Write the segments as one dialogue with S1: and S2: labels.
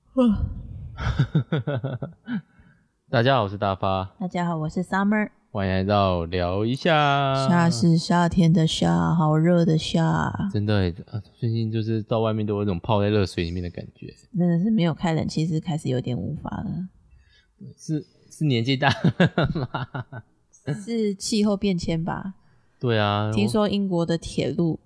S1: 大家好，我是大发，
S2: 大家好，我是 Summer，
S1: 欢迎来到聊一下。
S2: 夏是夏天的夏，好热的夏，
S1: 真的耶、啊最近就是到外面都有一种泡在热水里面的感觉，
S2: 真的是没有开冷气是开始有点无法了，
S1: 是是年纪大 了吗？
S2: 是气候变迁吧？
S1: 对啊，
S2: 听说英国的铁路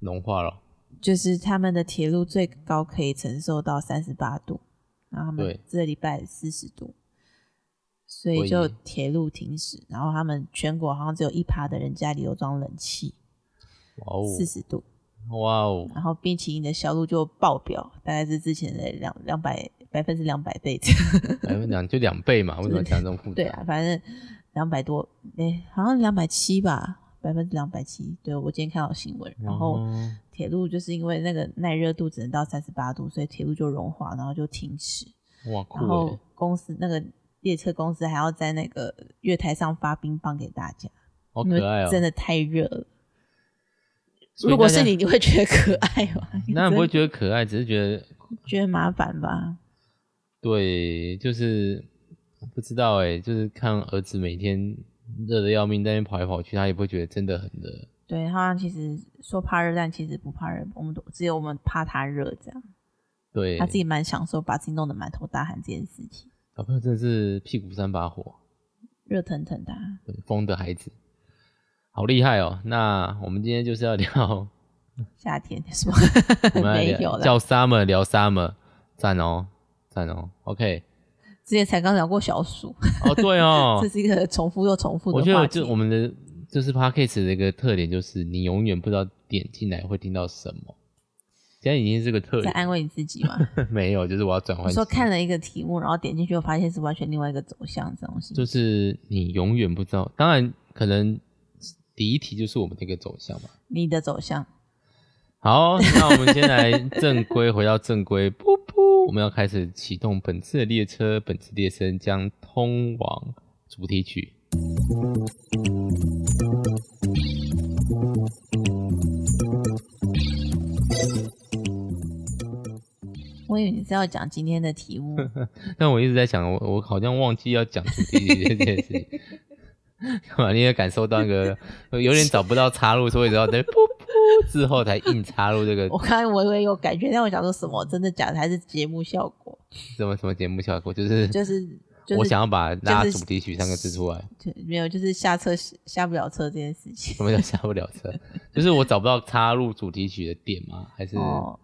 S1: 融化了，
S2: 就是他们的铁路最高可以承受到三十八度，然后他们
S1: 对
S2: 这礼拜四十度，所以
S1: 所以
S2: 就铁路停驶，然后他们全国好像只有一趴的人家里有装冷气，
S1: 哇哦，
S2: 四十度，
S1: 哇哦，
S2: 然后冰淇淋的销路就爆表，大概是之前的两两百百分之两百倍这样。
S1: 百分之两就两倍 嘛，为什么讲这种复杂？
S2: 对啊，反正两百多，哎、好像两百七吧，百分之两百七。对我今天看到新闻，然后
S1: 哦
S2: 铁路就是因为那个耐热度只能到三十八度，所以铁路就融化，然后就停驶。
S1: 哇
S2: 然
S1: 酷欸
S2: 后
S1: 耶，
S2: 公司那个列车公司还要在那个月台上发冰棒给大家，
S1: 好
S2: 因为
S1: 可爱哦、
S2: 真的太热了。
S1: 所以
S2: 如果
S1: 大家
S2: 是你，，你会觉得可爱哦吗？
S1: 那不会
S2: 得
S1: 觉得可爱，只是觉得
S2: 觉得麻烦吧？
S1: 对，就是不知道哎、就是看儿子每天热的要命，在那边跑来跑去，他也不会觉得真的很热。
S2: 对，好像其实说怕热，但其实不怕热，我们都只有我们怕它热这样。
S1: 对，
S2: 他自己蛮享受把自己弄得满头大汗这件事情，
S1: 小朋友真的是屁股三把火，
S2: 热腾腾的啊、
S1: 对疯的孩子，好厉害哦！那我们今天就是 要聊，
S2: 夏天什 么
S1: 我们
S2: 没
S1: 要
S2: 有
S1: 聊
S2: 了。
S1: 叫 Summer 聊 Summer，赞哦，赞哦，OK，
S2: 之前才刚聊过小暑，
S1: 哦对哦
S2: 这，是一个重复又重复的
S1: 我觉得
S2: 话
S1: 我
S2: 题。
S1: 就我们的就是 Podcast 的一个特点就是你永远不知道点进来会听到什么，现在已经是个特
S2: 在
S1: 点，
S2: 安慰你自己嘛？
S1: 没有，就是我要转换
S2: 你说
S1: 心
S2: 看了一个题目，然后点进去，我发现是完全另外一个走向，这种事
S1: 就
S2: 情。
S1: 是你永远不知道，当然可能第一题就是我们的一个走向嘛。
S2: 你的走向，
S1: 好，那我们先来正规，回到正规， 噗噗，我们要开始启动本次的列车，本次列车将通往主题曲。
S2: 我以为你是要讲今天的题 目，
S1: 但我一直在想，我我好像忘记要讲主题曲这件事情。 你也感受到那个有点找不到插入，所以只要在噗 噗之后才硬插入这个
S2: 我刚才我以为有感觉，但我想说什么？真的假的？还是节目效果？
S1: 什么什么节目效果，就是
S2: 就是就是
S1: 我想要把拉
S2: 就是
S1: 主题曲三个字出来。
S2: 就没有，就是下车下不了车这件事情。
S1: 什么叫下不了车？就是我找不到插入主题曲的点吗？还是、
S2: 哦，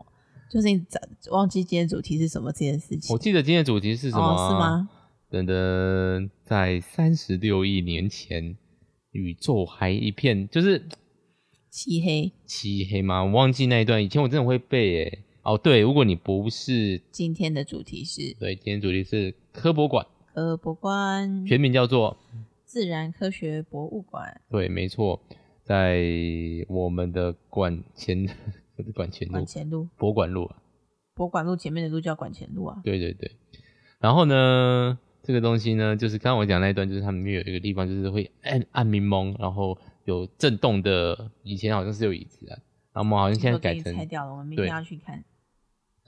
S2: 就是你找忘记今天主题是什么这件事情。
S1: 我记得今天的主题是什么、
S2: 哦，是？吗？
S1: 等等，在三十六亿年前，宇宙还一片就是
S2: 漆黑
S1: 漆黑吗？我忘记那一段，以前我真的会背耶。哦，对，如果你不是
S2: 今天的主题是
S1: 对，今天主题是科博馆，
S2: 科博馆
S1: 全名叫做
S2: 自然科学博物馆
S1: 对，没错，在我们的馆前 不是馆前
S2: 馆
S1: 路，
S2: 前路，
S1: 博馆路啊，
S2: 博物馆路前面的路叫馆前路啊。
S1: 对对对，然后呢，这个东西呢，就是刚刚我讲那一段，就是它里面有一个地方，就是会暗暗迷蒙，然后有震动的，以前好像是有椅子啊，然后我们好像现在
S2: 都给
S1: 改
S2: 你
S1: 成，
S2: 拆
S1: 然
S2: 掉了，我们明天
S1: 对
S2: 要去看。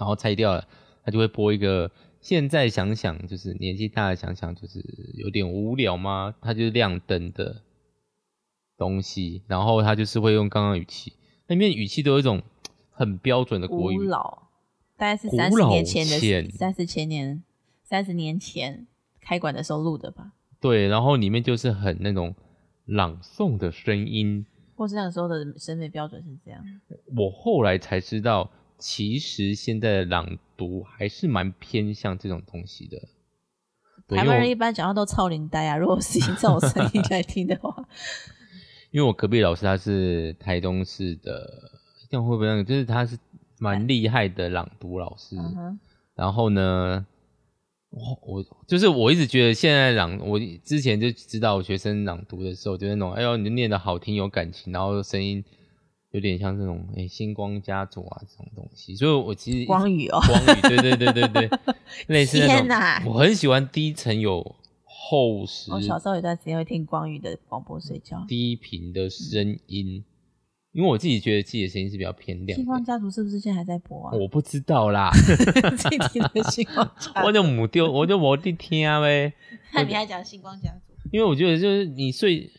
S1: 后拆掉了，它就会播一个。现在想想，就是年纪大了想想，就是有点无聊吗？它就是亮灯的东西，然后它就是会用刚刚语气，那里面语气都有一种很标准的国
S2: 古
S1: 语，
S2: 老，大概是
S1: 古
S2: 三十
S1: 老
S2: 年前
S1: 前
S2: 的，三十前年，三十年前开馆的时候录的吧，
S1: 对，然后里面就是很那种朗诵的声音。
S2: 或是那个时候的审美标准是这样。
S1: 我后来才知道，其实现在的朗读还是蛮偏向这种东西的。对
S2: 台
S1: 因为
S2: 湾
S1: 我
S2: 人一般讲话都超龄呆啊，如果是以这种声音来听的 话，
S1: 因为我隔壁老师他是台中市的，这样会不会那个？就是他是蛮厉害的朗读老师。
S2: 嗯哼。
S1: 然后呢，我我就是我一直觉得现在朗，我之前就知道我学生朗读的时候，就那种哎呦，你就念的好听有感情，然后声音有点像这种哎星光家族啊这种东西，所以我其实一直
S2: 光宇哦
S1: 光宇，对对对对对， 类似那
S2: 天
S1: 种，
S2: 哪哦
S1: 我很喜欢低沉有厚实嗯
S2: 我小时候有段时间会听光宇的广播睡觉，
S1: 低频的声音，因为我自己觉得自己的声音是比较偏亮
S2: 星光
S1: 的，
S2: 家族是不是现在还在播啊？
S1: 我不知道啦，
S2: 自己的 星光家
S1: 我
S2: 族，
S1: 就母丢，我就我的天啊呗，
S2: 那你还讲星光家族？
S1: 因为我觉得就是你睡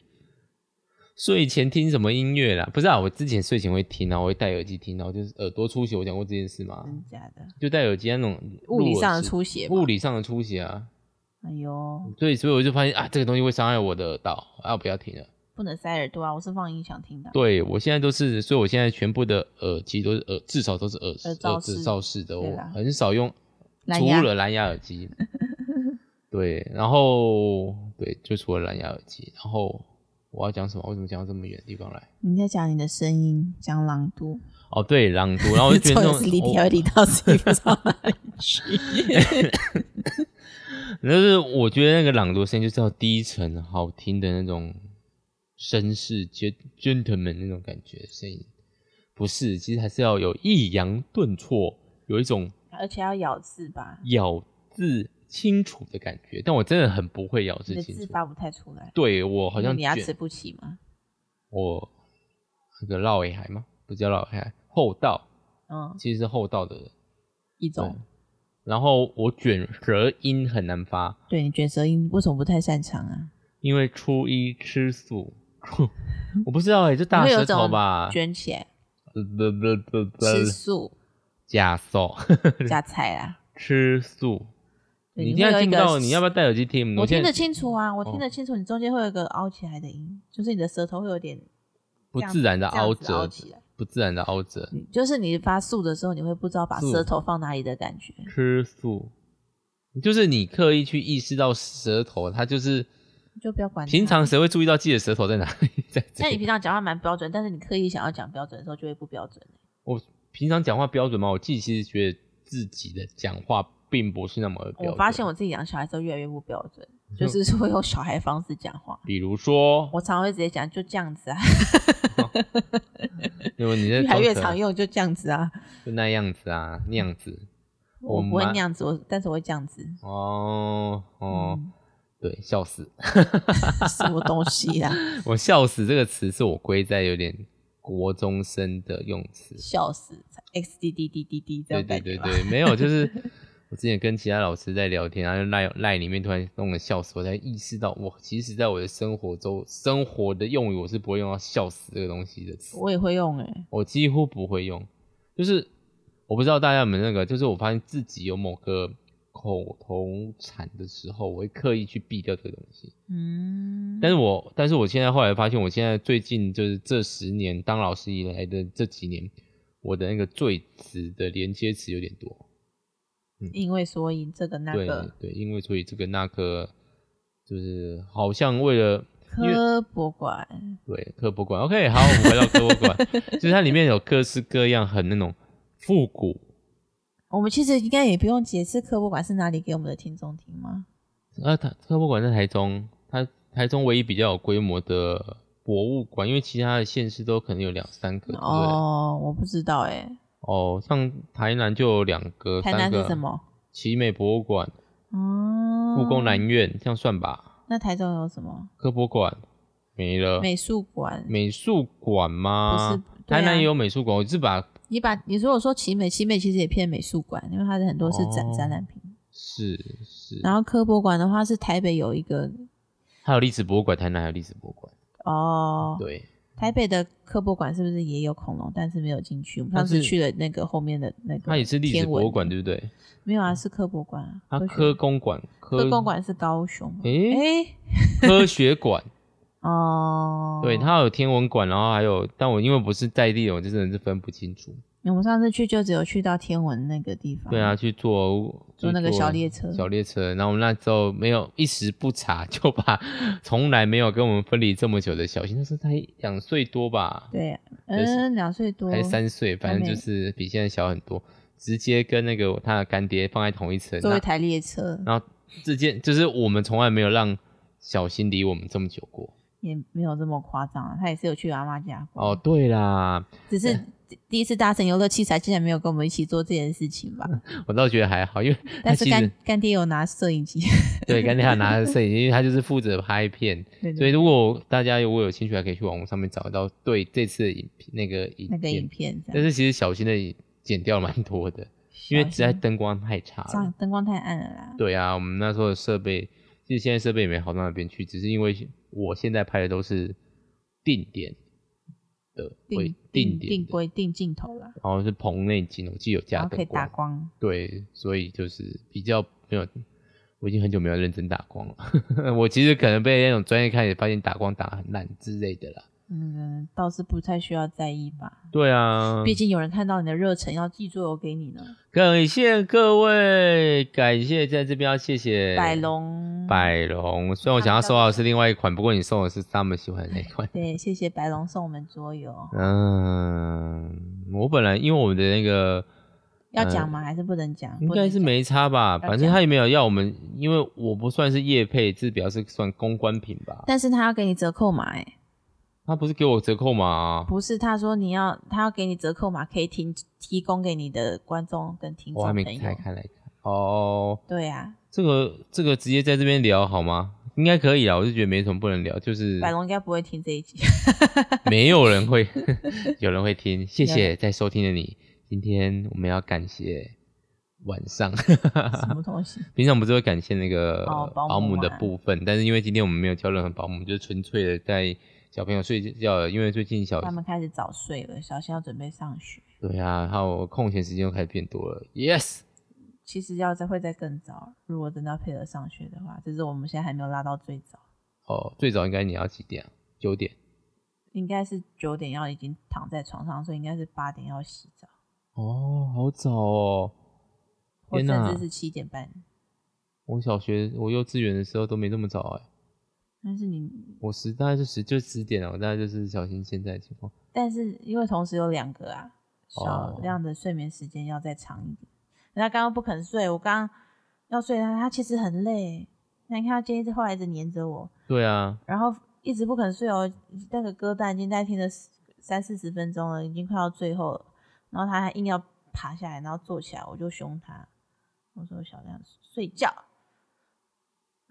S1: 睡前听什么音乐啦，不是啊，我之前睡前会听，啊然后我会戴耳机听，然后就是耳朵出血，我讲过这件事 嘛，
S2: 真假的？
S1: 就戴耳机那种
S2: 嗯物理
S1: 入耳
S2: 上的
S1: 式
S2: 出血吗
S1: 物理嗯上的出血啊，
S2: 哎呦，
S1: 所以所以我就发现啊，这个东西会伤害我的耳道啊，不要听了。
S2: 不能塞耳朵啊！我是放音响听的。
S1: 对我现在都是，所以我现在全部的耳机都是耳，至少都是耳
S2: 耳罩式
S1: 耳罩式的，
S2: 对
S1: 我
S2: 啦
S1: 很少用，
S2: 蓝
S1: 除
S2: 牙
S1: 了蓝牙耳 机。对，然后对，就除了蓝牙耳机，然后我要讲什么？为什么讲到这么远的地方来？
S2: 你在讲你的声音，讲朗读，
S1: 哦，对，朗读，然后我就 觉得那种
S2: 是
S1: 哦
S2: 离题，会离到自己不知道哪里 去。
S1: 就是我觉得那个朗读声音就是要低沉好听的那种绅士 gen- gentleman 那种感觉的声音，不是，其实还是要有抑扬顿挫，有一种
S2: 而且要咬字吧，
S1: 咬字清楚的感觉。但我真的很不会咬
S2: 你
S1: 字
S2: 的
S1: 清
S2: 字
S1: 楚，
S2: 发不太出来，
S1: 对我好
S2: 因为
S1: 像
S2: 你牙
S1: 觉
S2: 齿不齐嘛。
S1: 我那个绕尾海吗？不叫绕尾海，厚道，
S2: 嗯，
S1: 其实是厚道的人。
S2: 一
S1: 对
S2: 种。
S1: 然后我卷舌音很难发，
S2: 对你卷舌音为什么不太擅长啊？
S1: 因为初一吃 素，我不知道哎、欸，就大
S2: 你会有
S1: 舌
S2: 一种
S1: 头吧，
S2: 卷起来
S1: 不不不不
S2: 吃 素
S1: 假素，
S2: 加菜啊啦。
S1: 吃素。
S2: 对
S1: 你
S2: 你
S1: 现
S2: 会有一
S1: 在听不
S2: 个
S1: 到，你要不要戴耳机听？
S2: 我听
S1: 现
S2: 得
S1: 在
S2: 清楚啊，我听
S1: 哦
S2: 得清楚，你中间会有一个凹起来的音，就是你的舌头会有点
S1: 不
S2: 这样
S1: 自然的
S2: 这样
S1: 凹
S2: 子
S1: 折
S2: 凹起来，
S1: 不自然的凹折，
S2: 你就是你发素的时候，你会不知道把
S1: 素
S2: 舌头放哪里的感觉。
S1: 吃素，就是你刻意去意识到舌头，它就是
S2: 你就不要管它
S1: 平常谁会注意到自己的舌头在哪里？在这
S2: 那你
S1: 里
S2: 平常讲话蛮标准，但是你刻意想要讲标准的时候，就会不标准。
S1: 我平常讲话标准吗？我自己其实觉得自己的讲话并不是那么标准。
S2: 我发现我自己养小孩之后越来越不标准，就是会用小孩方式讲话。
S1: 比如说，
S2: 我常常会直接讲就这样子啊，
S1: 因为你在
S2: 越来越
S1: 装
S2: 常
S1: 可
S2: 用就这样子啊。
S1: 就那样子啊，那样子。
S2: 我不
S1: 妈
S2: 会那样子，我但是我会这样子，
S1: 哦哦，
S2: 嗯
S1: 对，笑死，
S2: 什么东西啊啦？
S1: 我笑死这个词是我归在有点国中生的用词。
S2: 笑死！X D D D D D 这
S1: 对
S2: 种
S1: 对
S2: 感
S1: 对
S2: 觉吧。
S1: 对，没有，就是 我之前跟其他老师在聊天，然后就赖赖里面突然弄了笑死，我才意识到我其实在我的生活中生活的用语我是不会用到笑死这个东西的词，
S2: 我也会用哎、
S1: 我几乎不会用。就是我不知道大家有没有那个，就是我发现自己有某个口头禅的时候，我会刻意去避掉这个东西。
S2: 嗯，
S1: 但是我但是我现在后来发现，我现在最近就是这十年当老师以来的这几年，我的那个最词的连接词有点多。
S2: 因为所以这个那个
S1: 对对，因为所以这个那个就是好像为了因为
S2: 科博馆，
S1: 对科博馆，OK，好，我们回到科博 馆，就是它里面有各式各样很那种复古，
S2: 我们其实应该也不用解释科博馆是哪里给我们的听众听吗？
S1: 呃，它科博馆在台中，它台中唯一比较有规模的博物馆，因为其他的县市都可能有两三个，对不对？
S2: 哦，我不知道哎、
S1: 哦，像台南就有两个，
S2: 台南
S1: 三
S2: 是
S1: 个
S2: 什？么？
S1: 奇美博物馆、
S2: 哦，
S1: 故宫南院，这样算吧。
S2: 那台中有什么？
S1: 科博馆没了，
S2: 美术馆。
S1: 美术馆吗？
S2: 不是对
S1: 台南
S2: 啊
S1: 也有美术馆，我是把
S2: 你把你如果说奇美，奇美其实也偏美术馆，因为它的很多是展
S1: 哦
S2: 展览品。
S1: 是是，
S2: 然后科博馆的话是台北有一个
S1: 还有历史博物馆，台南还有历史博物馆，
S2: 哦，
S1: 对，
S2: 台北的科博馆是不是也有恐龙？但是没有进去。我们上次
S1: 但是
S2: 去了那个后面的那个，
S1: 它也是历史博物馆，，对不对？
S2: 没有啊，是科博馆啊。
S1: 它
S2: 科学
S1: 科公馆，科
S2: 科公馆是高雄。啊
S1: 诶
S2: 诶
S1: 科学馆，
S2: 哦，
S1: 对，它有天文馆，然后还有，但我因为不是在地人，我就真的是分不清楚。
S2: 我们上次去就只有去到天文那个地方。
S1: 对啊，，去坐
S2: 坐哦那个
S1: 去
S2: 小列车
S1: 小列车，然后我们那时候没有一时不察，就把 从来没有跟我们分离这么久的小新，那时候才两岁多吧，
S2: 对，
S1: 就是
S2: 嗯，两岁多，
S1: 还是三岁，反正
S2: 还
S1: 就
S2: 没
S1: 是比现在小很多，直接跟那个他的干爹放在同一层，
S2: 坐
S1: 那
S2: 一台列车，
S1: 然后这件就是我们从来没有让小新离我们这么久过。
S2: 也没有这么夸张啊。他也是有去阿妈家过
S1: 哦，，对啦，
S2: 只是第一次搭乘游乐器材，竟然没有跟我们一起做这件事情吧？
S1: 我倒觉得还好，因为嗯他
S2: 但是
S1: 其
S2: 干
S1: 实
S2: 干爹有拿摄影机，
S1: 对干爹他拿着摄影机，因为他就是负责拍片，
S2: 对对
S1: 所以如果大家如果有兴趣，还可以去网络上面找到对这次的影片那个影
S2: 那个
S1: 片
S2: 影片这
S1: 但
S2: 样，
S1: 是其实小新的剪掉了蛮多的，因为实在灯光太差
S2: 上
S1: 了。
S2: 灯光太暗了啦。
S1: 对啊，我们那时候的设备，其实现在设备也没好到哪边去，只是因为我现在拍的都是定点的，会
S2: 定
S1: 定点
S2: 定
S1: 的
S2: 规定镜头啦，
S1: 然后是棚内景，我记得有
S2: 然
S1: 加
S2: 后可以
S1: 灯
S2: 打
S1: 光，
S2: 光。
S1: 对，所以就是比较没有。我已经很久没有认真打光了， 我其实可能被那种专业看也发现打光打得很烂之类的啦。
S2: 嗯，倒是不太需要在意吧，
S1: 对啊，
S2: 毕竟有人看到你的热忱，要寄作油给你呢。
S1: 感谢各位，感谢在这边要谢谢
S2: 百龙，
S1: 百龙，虽然我想要收到的是另外一款，不过你送的是他们喜欢的那一款。
S2: 对，谢谢白龙送我们桌游，
S1: 嗯，我本来因为我们的那个
S2: 要讲吗？还是不能讲？
S1: 应
S2: 不
S1: 该
S2: 能
S1: 是
S2: 讲
S1: 没差吧，
S2: 讲
S1: 反正他也没有要我们，因为我不算是业配，这表示算公关品吧。
S2: 但是他要给你折扣码，哎，
S1: 他不是给我折扣码？
S2: 不是，他说你要，他要给你折扣码，可以提提供给你的观众跟听众
S1: 我还没
S2: 朋友
S1: 拆。开来看。哦，
S2: 对啊，
S1: 这个这个直接在这边聊好吗？应该可以啦，我就觉得没什么不能聊，就是
S2: 百龙应该不会听这一集。
S1: 没有 人会，有人会听。谢谢在收听的你，今天我们要感谢晚上。
S2: 什么东西？
S1: 平常不是会感谢那个
S2: 哦保姆
S1: 保姆的
S2: 嘛
S1: 部分，但是因为今天我们没有教任何保姆，就是纯粹的带小朋友睡觉了。因为最近小
S2: 他们开始早睡了，小新要准备上学。
S1: 对啊，还有空闲时间又开始变多了。Yes，
S2: 其实要再会再更早，如果真的要配合上学的话，只是我们现在还没有拉到最早，
S1: 哦，最早应该你要几点啊？九点
S2: 应该是九点要已经躺在床上，所以应该是八点要洗澡，
S1: 哦，好早哦！
S2: 或
S1: 天
S2: 甚
S1: 哪
S2: 至，是七点半。
S1: 我小学我幼稚园的时候都没那么早哎、
S2: 但是你，
S1: 我十大概是十就十点了，我大概就是小新现在的情况。
S2: 但是因为同时有两个啊，
S1: 哦
S2: 少量的睡眠时间要再长一点。人家刚刚不肯睡，我刚刚要睡他，他其实很累。那你看他今天一直后来一直黏着我，
S1: 对啊，
S2: 然后一直不肯睡哦，那个歌单已经在听了三四十分钟了，已经快到最后了，然后他还硬要爬下来，然后坐起来，我就凶他，我说小亮睡觉，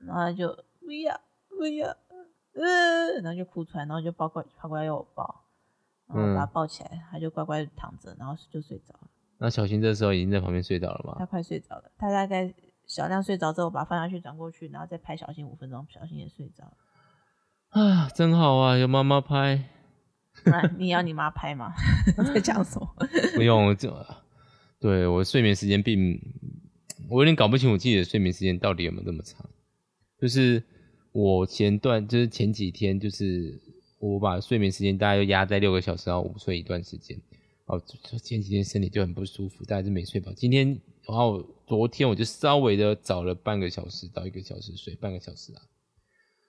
S2: 然后他就不要不要，嗯、然后就哭出来，然后就抱过跑过来要我抱，然后我把他抱起来，他就乖乖地躺着，然后就睡着了，
S1: 那小新这时候已经在旁边睡着了
S2: 他
S1: 嘛？
S2: 快睡着了，他大概。小亮睡着之后，我把他放下去，转过去，然后再拍小新五分钟，小新也睡着了。嗯
S1: 啊，真好啊，有妈妈拍。
S2: 不然你要你妈拍 吗？在讲什么？
S1: 不用，这对我睡眠时间并，我有点搞不清我自己的睡眠时间到底有没有这么长。就是我前段，就是前几天，就是我把睡眠时间大概就压在六个小时，然后午睡一段时间。哦，就前几天身体就很不舒服，大概是没睡饱。今天，然后昨天我就稍微的早了半个小时到一个小时睡，半个小时啊。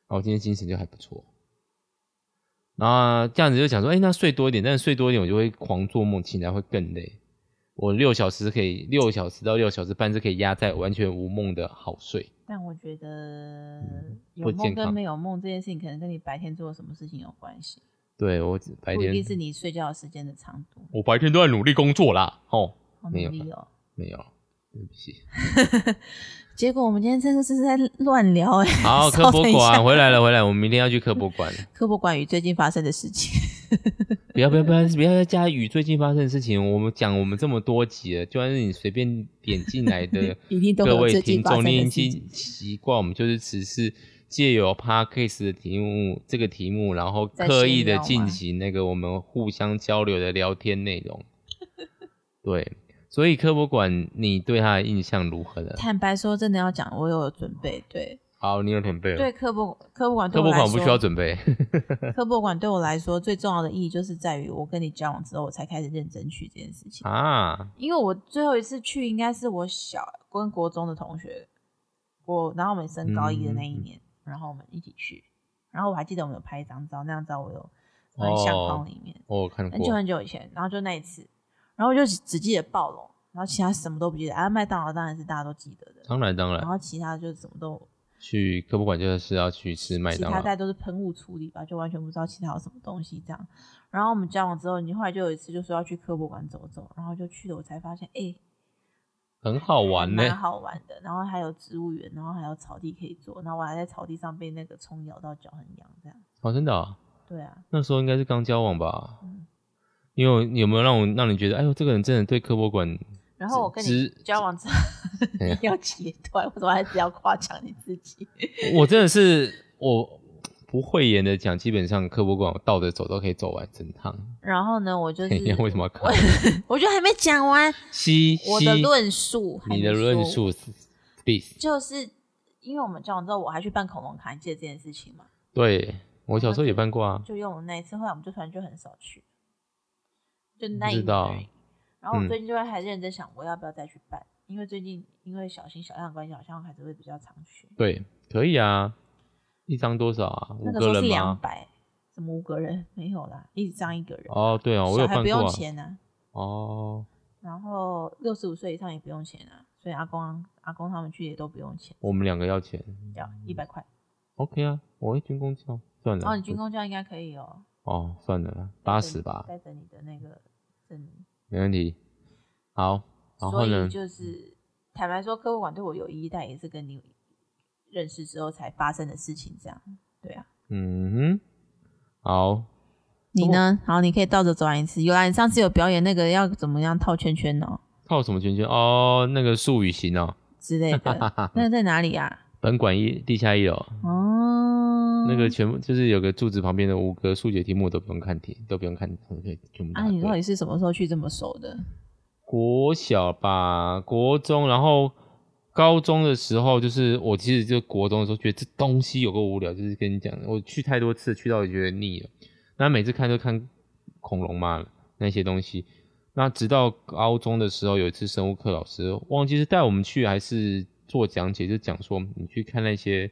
S1: 然后今天精神就还不错。然后这样子就想说，哎、那睡多一点，但是睡多一点我就会狂做梦，醒来会更累。我六小时是可以，六小时到六小时半是可以压在完全无梦的好睡。
S2: 但我觉得有
S1: 嗯
S2: 梦
S1: 不健
S2: 跟
S1: 康
S2: 没有梦这件事情，可能跟你白天做了什么事情有关系，
S1: 对我只白
S2: 不一
S1: 天
S2: 定是你睡觉的时间的长度。
S1: 我白天都在努力工作啦，哦，
S2: 好
S1: 没
S2: 努
S1: 有
S2: 力哦。
S1: 没有，对不起。
S2: 结果我们今天真的是在乱聊哎、
S1: 好，
S2: 稍
S1: 科
S2: 等
S1: 博
S2: 一下
S1: 馆回来了，回来，我们明天要去科博馆。
S2: 科博馆与最近发生的事 情，
S1: 不要不要不要不要再加雨最近发生的事情，我们讲我们这么多集了，就算是你随便点进来的
S2: 一定都会
S1: 各
S2: 有
S1: 位
S2: 最近
S1: 听
S2: 发
S1: 众，
S2: 生的
S1: 你已
S2: 事
S1: 经
S2: 情
S1: 习惯我们就是只是借由 podcast 的题目这个题目，然后
S2: 在
S1: 刻
S2: 闲
S1: 意的
S2: 聊
S1: 进
S2: 吗
S1: 行那个我们互相交流的聊天内容。对，所以科博馆，你对他的印象如何呢？
S2: 坦白说，真的要讲，我有准备。对
S1: 好，你有准备了。
S2: 对，科博科博馆对
S1: 啊科
S2: 我
S1: 博
S2: 来
S1: 馆
S2: 说，
S1: 不需要准备。
S2: 科博馆对我来说最重要的意义，就是在于我跟你交往之后，我才开始认真去这件事情。
S1: 啊，
S2: 因为我最后一次去应该是我小跟国中的同学，我然后我们升高一的
S1: 嗯
S2: 那一年，然后我们一起去，然后我还记得我们有拍一张照，那张照我有放在相框里面，
S1: 我有哦看
S2: 很久
S1: 过。
S2: 很久以前，然后就那一次，然后我就只只记得暴龙，然后其他什么都不记得。啊，麦当劳当然是大家都记得的，
S1: 当然当
S2: 然
S1: 然，
S2: 后其他就什么都，
S1: 去科博馆就是要去吃麦
S2: 其
S1: 当
S2: 他
S1: 劳。
S2: 大家都是喷雾处理吧，就完全不知道其他有什么东西这样。然后我们交往之后，你后来就有一次就说要去科博馆走走，然后就去了，我才发现，哎、
S1: 很好玩呢、
S2: 嗯蛮好玩的。然后还有植物园，然后还有草地可以坐。然后我还在草地上被那个虫咬到脚很痒，这样。
S1: 哦，真的、啊，
S2: 对啊，
S1: 那时候应该是刚交往吧？
S2: 嗯
S1: 你有有没有让我让你觉得，哎呦，这个人真的对科博馆
S2: 然后我跟你
S1: 只
S2: 交往之后，
S1: 哎呀
S2: 你 要截断，为什么还是要夸奖你自己？
S1: 我真的是我不讳言的讲，基本上科博馆我倒着走都可以走完整趟。哎
S2: 然后呢，我就是
S1: 为什么要看
S2: 我我就还没讲完
S1: 西
S2: 我的
S1: 西
S2: 论述，还
S1: 你
S2: 没
S1: 的论
S2: 说
S1: 述是，please，
S2: 就是因为我们交往之后，我还去办恐龙卡，你记得这件事情吗？
S1: 对我小时候也办过啊，
S2: 就用我那一次，后来我们就突然就很少去，就那
S1: 不
S2: 一
S1: 知
S2: 年
S1: 道
S2: 而已。然后我
S1: 嗯
S2: 最近就会还认真想，我要不要再去办？因为最近因为小型小量的关系，好像还是会比较常去。
S1: 对，可以啊，一张多少啊？五
S2: 那个时
S1: 个
S2: 候是
S1: 人
S2: 两
S1: 吗？
S2: 百，怎么五个人没有啦，一张一个人。
S1: 哦，对啊，我
S2: 小
S1: 有
S2: 孩
S1: 办
S2: 不
S1: 过
S2: 用
S1: 啊。
S2: 钱啊，
S1: 哦，
S2: 然后六十五岁以上也不用钱啊，所以阿公阿公他们去也都不用钱，
S1: 我们两个要钱
S2: 要一百块。
S1: ，OK 啊，我会军工教，算了。
S2: 哦，你军工教应该可以哦，
S1: 哦，算了啦，八十吧，
S2: 带着你的那个证明。
S1: 没问题。好，然后
S2: 所
S1: 呢嗯
S2: 以？就是坦白说，科博馆对我有意义，但也是跟你认识之后才发生的事情，这样对啊。
S1: 嗯哼，好，
S2: 你呢？好，你可以倒着走完一次。有啦，你上次有表演那个要怎么样套圈圈哦
S1: 套什么圈圈？哦，那个术语型哦，
S2: 之类 的。那个嗯在哪里啊？
S1: 本馆一地下一楼，
S2: 哦，
S1: 那个全部就是有个柱子旁边的五个数学题目都不用看题，都不用看，同学全部答
S2: 啊，你到
S1: 对。
S2: 底是什么时候去这么熟的？
S1: 国小吧，国中，然后高中的时候，就是我其实就国中的时候觉得这东西有个无聊，就是跟你讲，我去太多次，去到觉得腻了。那每次看都看恐龙嘛那些东西。那直到高中的时候，有一次生物课老师忘记是带我们去还是做讲解，就讲说你去看那些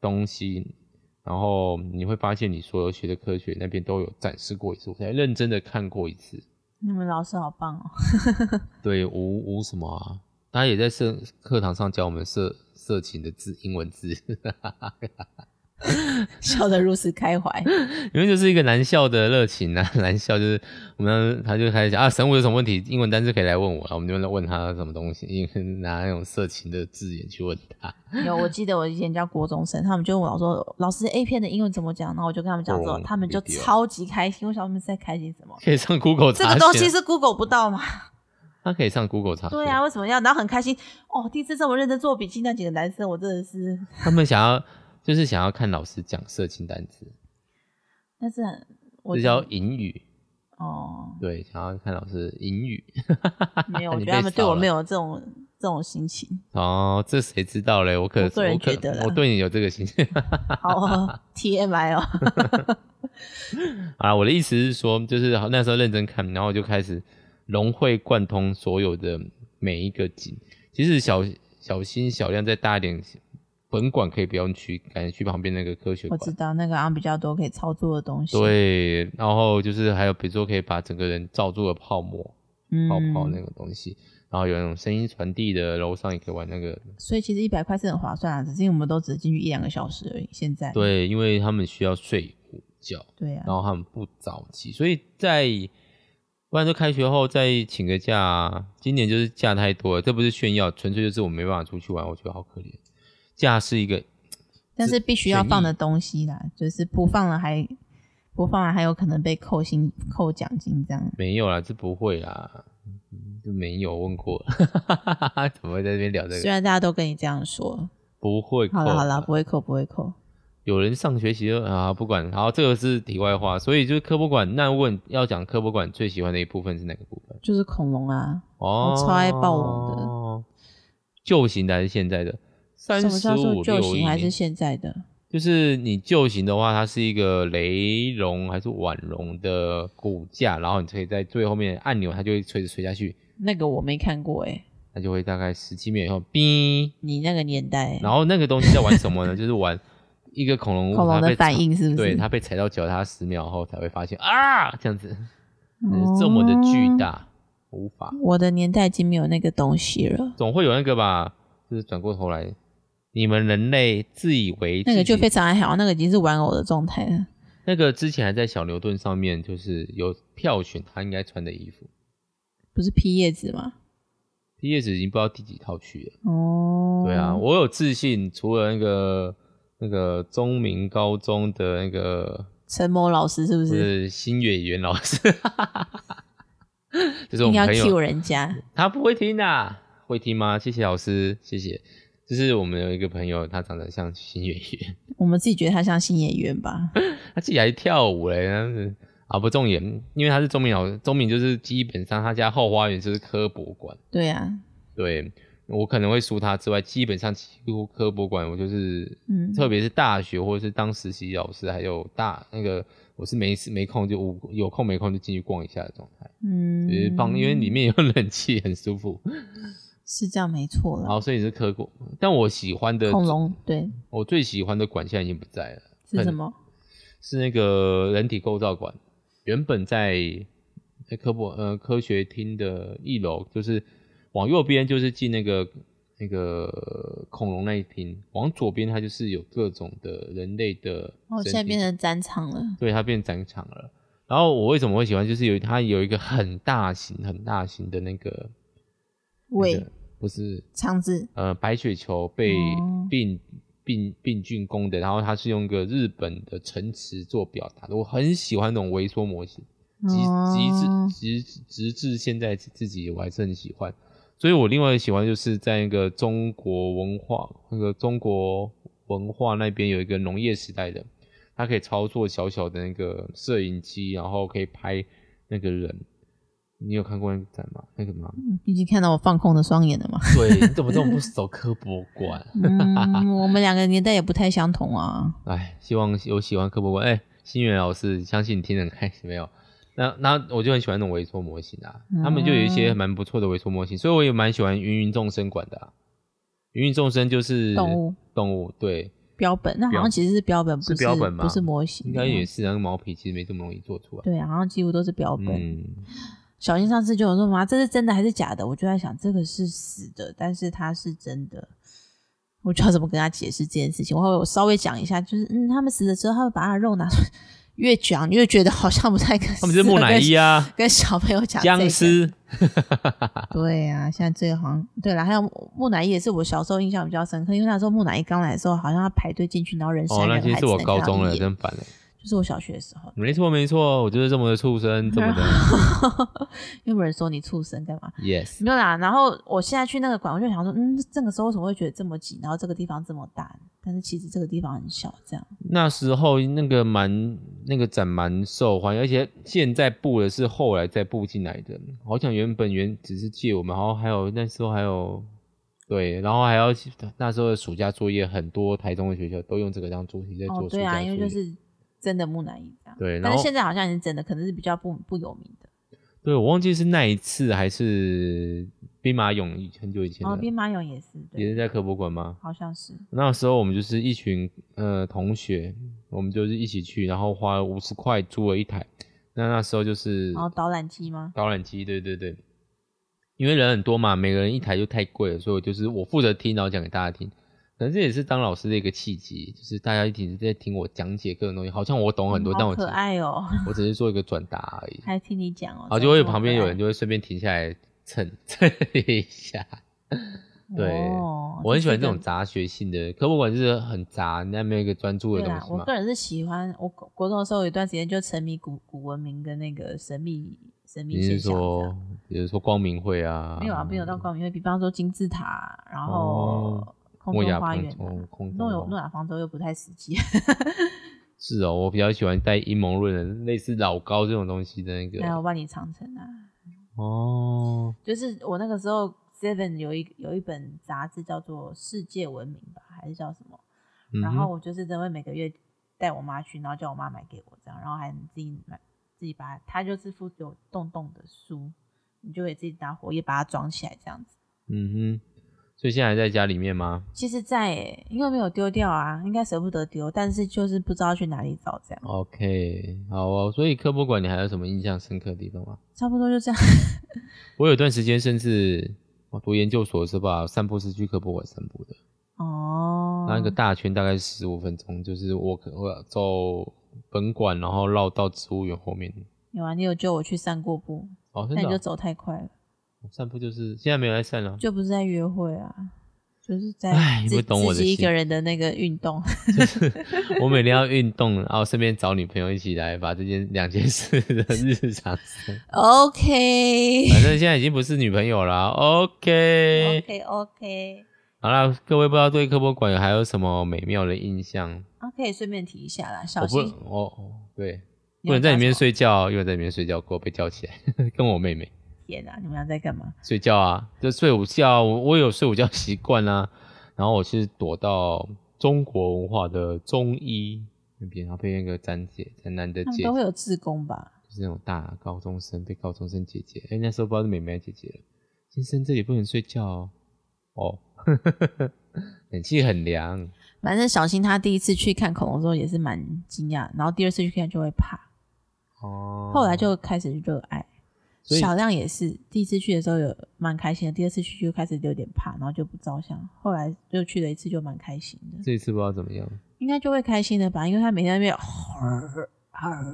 S1: 东西，然后你会发现你所有学的科学那边都有展示过一次，我才认真的看过一次。
S2: 你们老师好棒 哦！
S1: 对，无无什么啊，他也在社课堂上教我们色色情的字英文字，
S2: 笑得如此开怀。
S1: 因为就是一个男校的热情啊， 男校就是我们当时他就开始讲啊，神武有什么问题，英文单词可以来问我，然后我们就问他什么东西，因为拿那种色情的字眼去问他，
S2: 有，我记得我以前教国中生，他们就问我老说，老师 A 片的英文怎么讲？然后我就跟他们讲之后，
S1: 哦
S2: 他们就
S1: 理解
S2: 超级开心。我想他们是在开心什么？
S1: 可以上 Google
S2: 这
S1: 查
S2: 个
S1: 询，啊
S2: 东西是 Google 不到吗？
S1: 他可以上 Google 查询，
S2: 对啊，，为什么要？然后很开心哦，第一次这么认真做笔记，那几个男生我真的是，
S1: 他们想要就是想要看老师讲色情单词，
S2: 但是很我
S1: 这叫淫语，
S2: 哦，
S1: 对，想要看老师淫语，
S2: 没 有，我
S1: 你
S2: 觉得
S1: 被
S2: 他们对
S1: 扫
S2: 我
S1: 了
S2: 没有这种这种心情。
S1: 哦，这谁知道嘞？我可
S2: 我个人
S1: 可
S2: 觉得啦
S1: 我对你有这个心。
S2: 好、哦、，TMI 哦，
S1: 啊，我的意思是说，就是好那时候认真看，然后就开始融会贯通所有的每一个景。其实小小心小量再大一点，本馆可以不用去，赶紧去旁边那个科学
S2: 我知
S1: 馆。
S2: 道那个好像比较多可以操作的东西。，
S1: 对，然后就是还有比如说可以把整个人罩住的泡沫
S2: 嗯，
S1: 泡泡那个东西，然后有那种声音传递的，楼上也可以玩那个。
S2: 所以其实一百块是很划算啊，只是因为我们都只进去一两个小时而已。现在，
S1: 对，因为他们需要睡午觉。
S2: 对啊，
S1: 然后他们不早起，所以在不然就开学后再请个假、啊。今年就是假太多了，这不是炫耀，纯粹就是我没办法出去玩，我觉得好可怜。假是一个，
S2: 但是必须要放的东西啦，就是不放了还不放了还有可能被扣薪、扣奖金这样。
S1: 没有啦，这不会啦，嗯就没有问过， 怎么会在这边聊这
S2: 虽
S1: 个？
S2: 然大家都跟你这样说，
S1: 不会扣
S2: 啊好
S1: 啦，
S2: 了好了，不会扣不会扣。
S1: 有人上学期就啊，不管，好，这个是题外话。所以就是科博馆，那问要讲科博馆最喜欢的一部分是哪个部分？
S2: 就是恐龙啊，
S1: 哦，
S2: 超爱暴龙的。
S1: 旧型的还是现在的？三
S2: 什么
S1: 十
S2: 叫
S1: 五
S2: 做旧
S1: 六
S2: 型还是现在的？
S1: 就是你旧型的话，它是一个雷龙还是婉龙的骨架，然后你可以在最后面按钮，它就会垂直垂下去，
S2: 那个我没看过哎、
S1: 它就会大概十七秒以后， 哔。
S2: 你那个年代、
S1: 然后那个东西在玩什么呢？就是玩一个恐龙，
S2: 恐龙
S1: 它
S2: 的
S1: 被
S2: 反，应是不是？
S1: 对，它被踩到脚，它十秒后才会发现啊，这样子，
S2: 哦
S1: 这么的巨。大，无法。
S2: 我的年代已经没有那个东西了，
S1: 总会有那个吧，就是转过头来，你们人类自以为
S2: 那个
S1: 自己
S2: 就非常还好，那个已经是玩偶的状态了。
S1: 那个之前还在小牛顿上面，就是有票选他应该穿的衣服。
S2: 不是劈叶子吗？
S1: 毕业纸已经不知道第几套去了。
S2: 哦，
S1: 对啊，我有自信，除了那个那个中明高中的那个
S2: 陈某老师是不？
S1: 就是是新月圆老师， 就是我
S2: 一定
S1: 们
S2: 要
S1: 朋
S2: cue
S1: 友，
S2: 人家，
S1: 他不会听的、会听吗？谢谢老师，谢谢。就是我们有一个朋友，他长得像新月圆，
S2: 我们自己觉得他像新演员吧？
S1: 他自己还跳舞嘞，但是啊不重点，因为他是中明老师，中明就是基本上他家后花园就是科博馆。
S2: 对啊，
S1: 对我可能会输他之外，基本上几乎科博馆我就是，
S2: 嗯
S1: 特别是大学或者是当实习老师，还有大那个我是没事没空就无有空没空就进去逛一下的状态，
S2: 嗯，
S1: 就是帮，因为里面有冷气，很舒服。
S2: 是这样没错
S1: 然
S2: 了。
S1: 后所以是科博，但我喜欢的
S2: 恐龙对
S1: 我最喜欢的馆现在已经不在了，
S2: 是什么？
S1: 是那个人体构造馆，原本在在科博呃科学厅的一楼，就是往右边就是进那个那个恐龙那一厅，往左边它就是有各种的人类的
S2: 哦，现
S1: 身
S2: 在
S1: 体
S2: 变成展场了。
S1: 对它变展场了。然后我为什么会喜欢，就是有它有一个很大型很大型的那个
S2: 喂，
S1: 那个不是
S2: 肠子
S1: 呃白血球被
S2: 哦
S1: 病、病病菌攻的，然后它是用一个日本的城池做表达的，我很喜欢那种微缩模型，直
S2: 哦
S1: 直至直直至现在自己我还是很喜欢。所以我另外喜欢就是在那个中国文化那个中国文化那边有一个农业时代的，它可以操作小小的那个摄影机，然后可以拍那个人。你有看过那个展吗？那个 吗？
S2: 嗯已经看到我放空的双眼 了吗？
S1: 对，你怎么这么不熟科博馆？
S2: 嗯，我们两个年代也不太相同啊。
S1: 哎，希望有喜欢科博馆。哎、新源老师，相信你听得很开心没有？ 那那我就很喜欢那种微缩模型啊，
S2: 嗯
S1: 他们就有一些蛮不错的微缩模型，所以我也蛮喜欢芸芸众生馆的、啊。芸芸众生就是
S2: 动物，
S1: 动物对，
S2: 标本，那好
S1: 标
S2: 像其实是标本，不
S1: 是标本吗
S2: 不是模型，
S1: 应该也是啊那个毛皮，其实没这么容易做出来。
S2: 对啊，好像几乎都是标本。
S1: 嗯，
S2: 小新上次就有说嘛，这是真的还是假的？我就在想，这个是死的，但是它是真的，我就要怎么跟他解释这件事情？我会我稍微讲一下，就是嗯，他们死了之后，他会把他的肉拿出来，越讲越觉得好像不太可。
S1: 他们就是木乃伊
S2: 啊，
S1: 啊，
S2: 跟小朋友讲、这个
S1: 僵。尸。
S2: 对啊，现在这个好像对了，还有木乃伊也是我小时候印象比较深刻，因为那时候木乃伊刚来的时候，好像要排队进去，然后人
S1: 哦
S2: 山，
S1: 那
S2: 人
S1: 些
S2: 海，
S1: 是我高中了，真烦了。
S2: 就是我小学的时候。
S1: 没错没错，我就是这么的畜生，这么的
S2: 又没有人说你畜生干嘛？
S1: yes。
S2: 没有啦，然后我现在去那个馆，我就想说，嗯，这个时候为什么会觉得这么挤？然后这个地方这么大，但是其实这个地方很小，这样。
S1: 那时候那个蛮那个展蛮受欢迎，而且现在布的是后来再布进来的。好像原本原只是借我们，然后还有那时候还有对，然后还要那时候的暑假作业，很多台中的学校都用这个当主题在做
S2: 哦，
S1: 暑
S2: 对
S1: 假
S2: 啊，
S1: 作业。
S2: 因为就是真的木乃伊这样。
S1: 对然
S2: 但
S1: 后
S2: 是现在好像也是真的，可能是比较不不有名的。
S1: 对我忘记是那一次还是兵马俑以很久以前
S2: 然后哦
S1: 的，
S2: 兵马俑也是，
S1: 也
S2: 对，
S1: 是在科博馆吗？
S2: 好像是。
S1: 那时候我们就是一群呃同学，我们就是一起去，然后花了五十块租了一台。那那时候就是
S2: 然后导览机吗？
S1: 导览机，对对对，因为人很多嘛，每个人一台就太贵了，所以我就是我负责听，然后讲给大家听。可能这也是当老师的一个契机，就是大家一起在听我讲解各种东西，好像我懂很多，但
S2: 好
S1: 我只
S2: 可爱哦，
S1: 我只是做一个转达而已。
S2: 还听你讲哦。
S1: 然后就会旁边有人就会顺便停下来蹭 蹭一下。对，
S2: 哦
S1: 我很喜欢这种
S2: 这是一个
S1: 杂学性的科博馆，就是很杂，那没有一个专注的
S2: 对
S1: 东
S2: 啦，
S1: 西
S2: 我
S1: 嘛
S2: 个。人是喜欢，我国国中的时候有一段时间就沉迷古古文明跟那个神秘神秘
S1: 你
S2: 现
S1: 是
S2: 象这样。
S1: 说，比如说光明会啊？
S2: 没有啊，没有到光明会，比方说金字塔，然后
S1: 哦
S2: 空
S1: 诺
S2: 中
S1: 亚
S2: 花
S1: 方
S2: 园啊、
S1: 舟空
S2: 诺
S1: 中哦
S2: 有
S1: 花
S2: 诺亚方舟又不太实际。
S1: 是哦，我比较喜欢带阴谋论的，类似老高这种东西的那 个
S2: 还。有万里长城啊，
S1: 哦，
S2: 就是我那个时候 Seven 有一有一本杂志叫做《世界文明》吧，还是叫什么？
S1: 嗯
S2: 然后
S1: 哼，
S2: 我就是真的会每个月带我妈去，然后叫我妈买给我这样，然后还自己买自己把它，它就是附有洞洞的书，你就可以自己拿火也把它装起来这样子。
S1: 嗯哼，所以现在还在家里面吗？
S2: 其实在耶、因为没有丢掉啊，应该舍不得丢，但是就是不知道去哪里找这样。
S1: 哦 OK，好哦。所以科博馆你还有什么印象深刻的地方吗？
S2: 差不多就这 样。
S1: 我有段时间甚至我读研究所是吧，散步是去科博馆散步的，
S2: 哦，
S1: 那一个大圈大概十五分钟，就是我可我走本馆，然后绕到植物园后面。
S2: 有啊，你有救我去散过步，
S1: 哦，真
S2: 但你
S1: 的
S2: 就
S1: 啊、
S2: 走太快了，
S1: 散步就是现在没有在散了、
S2: 就不是在约会啊，就是在
S1: 唉你
S2: 自
S1: 不懂我的
S2: 自己一
S1: 心
S2: 个人的那个运动。
S1: 我每天要运动，然后顺便找女朋友一起来把这件两件事的日常生 活
S2: OK
S1: 反正现在已经不是女朋友啦。OK，,
S2: OK OK，
S1: 好啦，各位不知道对科博馆有还有什么美妙的印象？
S2: 啊，可以顺便提一下啦，小
S1: 我不，
S2: 心
S1: 我哦对，
S2: 你
S1: 不能
S2: 们
S1: 在里
S2: 家
S1: 面
S2: 什么
S1: 睡觉哦，因为我在里面睡觉过被叫起来， 跟我妹妹
S2: 天啊！你们俩在干嘛？
S1: 睡觉啊，就睡午觉啊，我我有睡午觉习惯啊。然后我是躲到中国文化的中医那边，然后被那个展姐展南的
S2: 他们
S1: 姐
S2: 都会有志工吧？
S1: 就是那种大高中生被高中生姐姐，哎、那时候不知道是妹妹还是姐姐了。先生，这里不能睡觉哦，哦， 冷气很凉，
S3: 反正小新他第一次去看恐龙的时候也是蛮惊讶，然后第二次去看就会怕，
S1: 哦。
S3: 后来就开始热爱。
S1: 所以
S3: 小亮也是第一次去的时候有蛮开心的，第二次去就开始有点怕，然后就不照相。后来又去了一次就蛮开心的，
S1: 这一次不知道怎么样。
S3: 应该就会开心的吧？因为他每天在那边，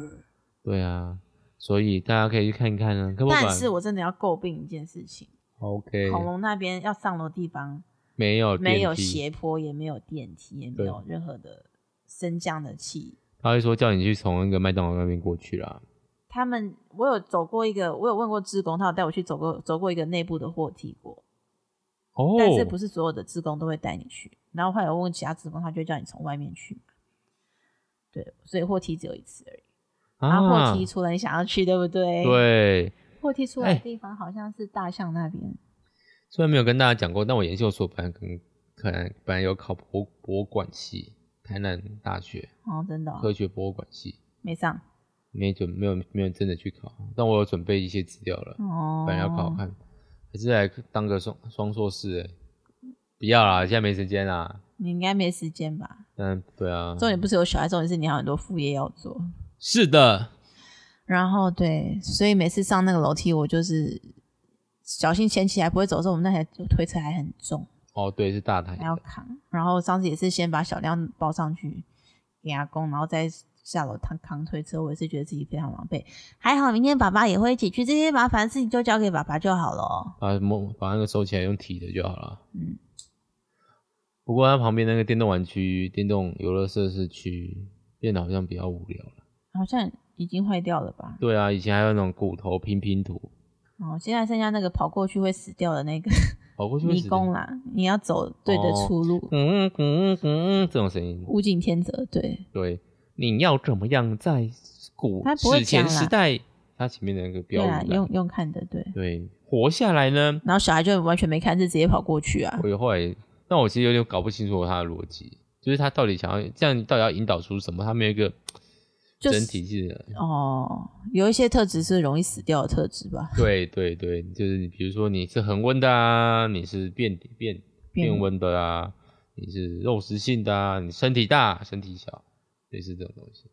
S1: 对啊，所以大家可以去看一看啊。科博
S2: 但
S1: 馆
S2: 是我真的要诟病一件事情，
S1: OK，
S2: 恐龙那边要上楼地方
S1: 没有
S2: 没有
S1: 电梯，
S2: 斜坡，也没有电梯，也没
S1: 对
S2: 有任何的升降的器。
S1: 他会说叫你去从那个麦当劳那边过去啦。
S2: 他们，我有走过一个，我有问过志工，他有带我去走过走过一个内部的货梯过，
S1: 哦，
S2: 但是不是所有的志工都会带你去。然后后来我问其他志工，他就叫你从外面去嘛。对，所以货梯只有一次而已。然后
S1: 啊
S2: 货梯除了你想要去，对不对？。
S1: 对，
S2: 货梯出来
S1: 哎
S2: 的地方好像是大象那边。
S1: 虽然没有跟大家讲过，但我研究所本来跟可能本来有考博博物馆系，台南大学
S2: 哦，真的哦、
S1: 科学博物馆系。
S2: 没上
S1: 没准没有没有真的去考，但我有准备一些资料了，
S2: 哦。
S1: 本来要考考看，还是来当个双双硕士、欸，不要啦，现在没时间啦。
S2: 你应该没时间吧？
S1: 嗯，对啊，
S2: 重点不是有小孩，重点是你还有很多副业要做。
S1: 是的，
S3: 然后对，所以每次上那个楼梯，我就是小新前起来不会走的时候，我们那台推车还很重，
S1: 哦，对，是大台
S3: 还要
S1: 的，
S3: 扛。然后上次也是先把小亮抱上去给阿公，然后再下楼扛扛推车。我也是觉得自己非常狼狈，还好明天爸爸也会一起去，这些麻烦事情就交给爸爸就好了哦。
S1: 把摸把那个收起来用提的就好了。
S3: 嗯，
S1: 不过它旁边那个电动玩区、电动游乐设施区变得好像比较无聊了。
S3: 好像已经坏掉了吧？
S1: 对啊，以前还有那种骨头拼拼图，
S3: 哦，现在剩下那个跑过去会死掉的那个
S1: 跑过去会
S3: 迷
S1: 死
S3: 宫啊
S1: 人。
S3: 啦，你要走对的
S1: 哦
S3: 出路。
S1: 嗯嗯嗯嗯，这种声音。
S3: 物竞天择，对，
S1: 对，你要怎么样在古
S3: 他不会
S1: 史前
S3: 讲啦
S1: 时代，他前面的那个
S3: 对
S1: 标
S3: 啊，
S1: 语栏
S3: 用用看的，对。
S1: 对活下来呢？
S3: 然后小孩就完全没看，就直接跑过去啊。
S1: 我后来，那我其实有点搞不清楚他的逻辑，就是他到底想要这样，到底要引导出什么？他没有一个
S3: 就是
S1: 整体性的。
S3: 哦，有一些特质是容易死掉的特质吧？
S1: 对对对，就是你比如说你是恒温的啊，你是变变
S3: 变
S1: 变温的啊，你是肉食性的啊，你身体大身体小，类似这种东西。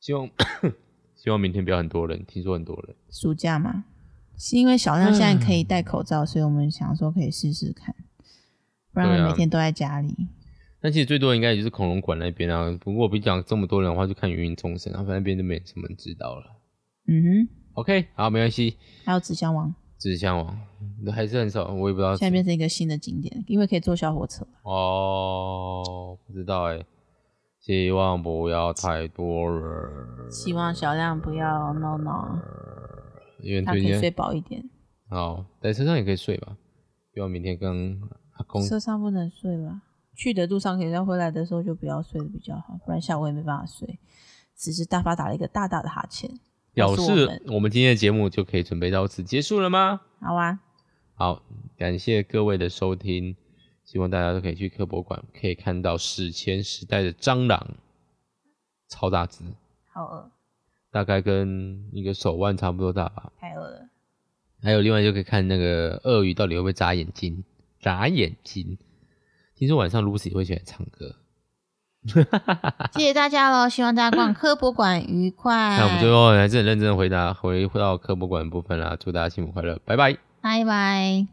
S1: 希望 希望明天不要很多人，听说很多人。
S3: 暑假嘛，是因为小亮现在可以戴口罩，所以我们想说可以试试看，不
S1: 对
S3: 然
S1: 啊
S3: 每天都在家里。
S1: 但其实最多应该也就是恐龙馆那边啊。不过我不讲这么多人的话，就看芸芸众生，他们那边就没什么人知道了。
S3: 嗯
S1: OK，好，没关系，
S3: 哼，还有纸箱王，
S1: 只是向往还是很少，我也不知道
S3: 现在变成一个新的景点，因为可以坐小火车。
S1: 哦，不知道哎、希望不要太多人，
S3: 希望小亮不要闹啊闹，
S1: 因为
S3: 他可
S1: 最
S3: 以睡
S1: 近
S3: 饱一点。
S1: 好在车上也可以睡吧，希望明天跟阿公
S3: 车上不能睡了，去的路上可以，再回来的时候就不要睡的比较好，不然下午也没办法睡。只是大发打了一个大大的哈欠，
S1: 表
S3: 告诉我
S1: 示
S3: 们
S1: 我们今天的节目就可以准备到此结束了吗？
S3: 好啊，
S1: 好，感谢各位的收听，希望大家都可以去科博馆，可以看到史前时代的蟑螂，超大只，
S2: 好饿，
S1: 大概跟一个手腕差不多大吧。
S2: 太饿 了。
S1: 还有另外就可以看那个鳄鱼到底会不会眨眼睛，眨眼睛。听说晚上 Lucy 会喜欢唱歌，
S3: 谢谢大家喽，希望大家逛科博馆愉快。
S2: 哎
S1: 那我们最后还是很认真的回答，回回到科博馆的部分啦，祝大家幸福快乐，拜拜。
S3: 拜拜。